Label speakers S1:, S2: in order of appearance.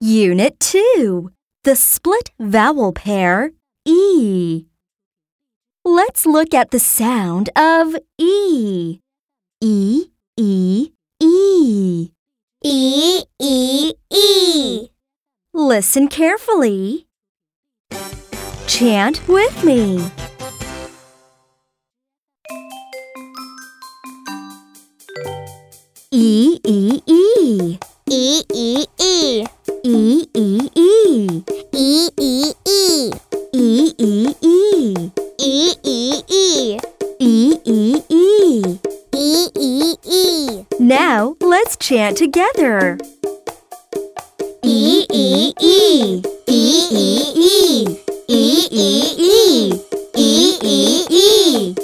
S1: Unit 2 The split vowel pair E. Let's look at the sound of E. E, E, E.
S2: E E E
S1: Listen carefully. Chant with me. E, E, E.
S2: E E E
S1: E, E, E.
S2: E E E
S1: E, E, E.
S2: E E E
S1: E, E, E.
S2: E E E
S1: Now let's chant together.
S2: E E E E
S1: E,
S2: E E E E E E E E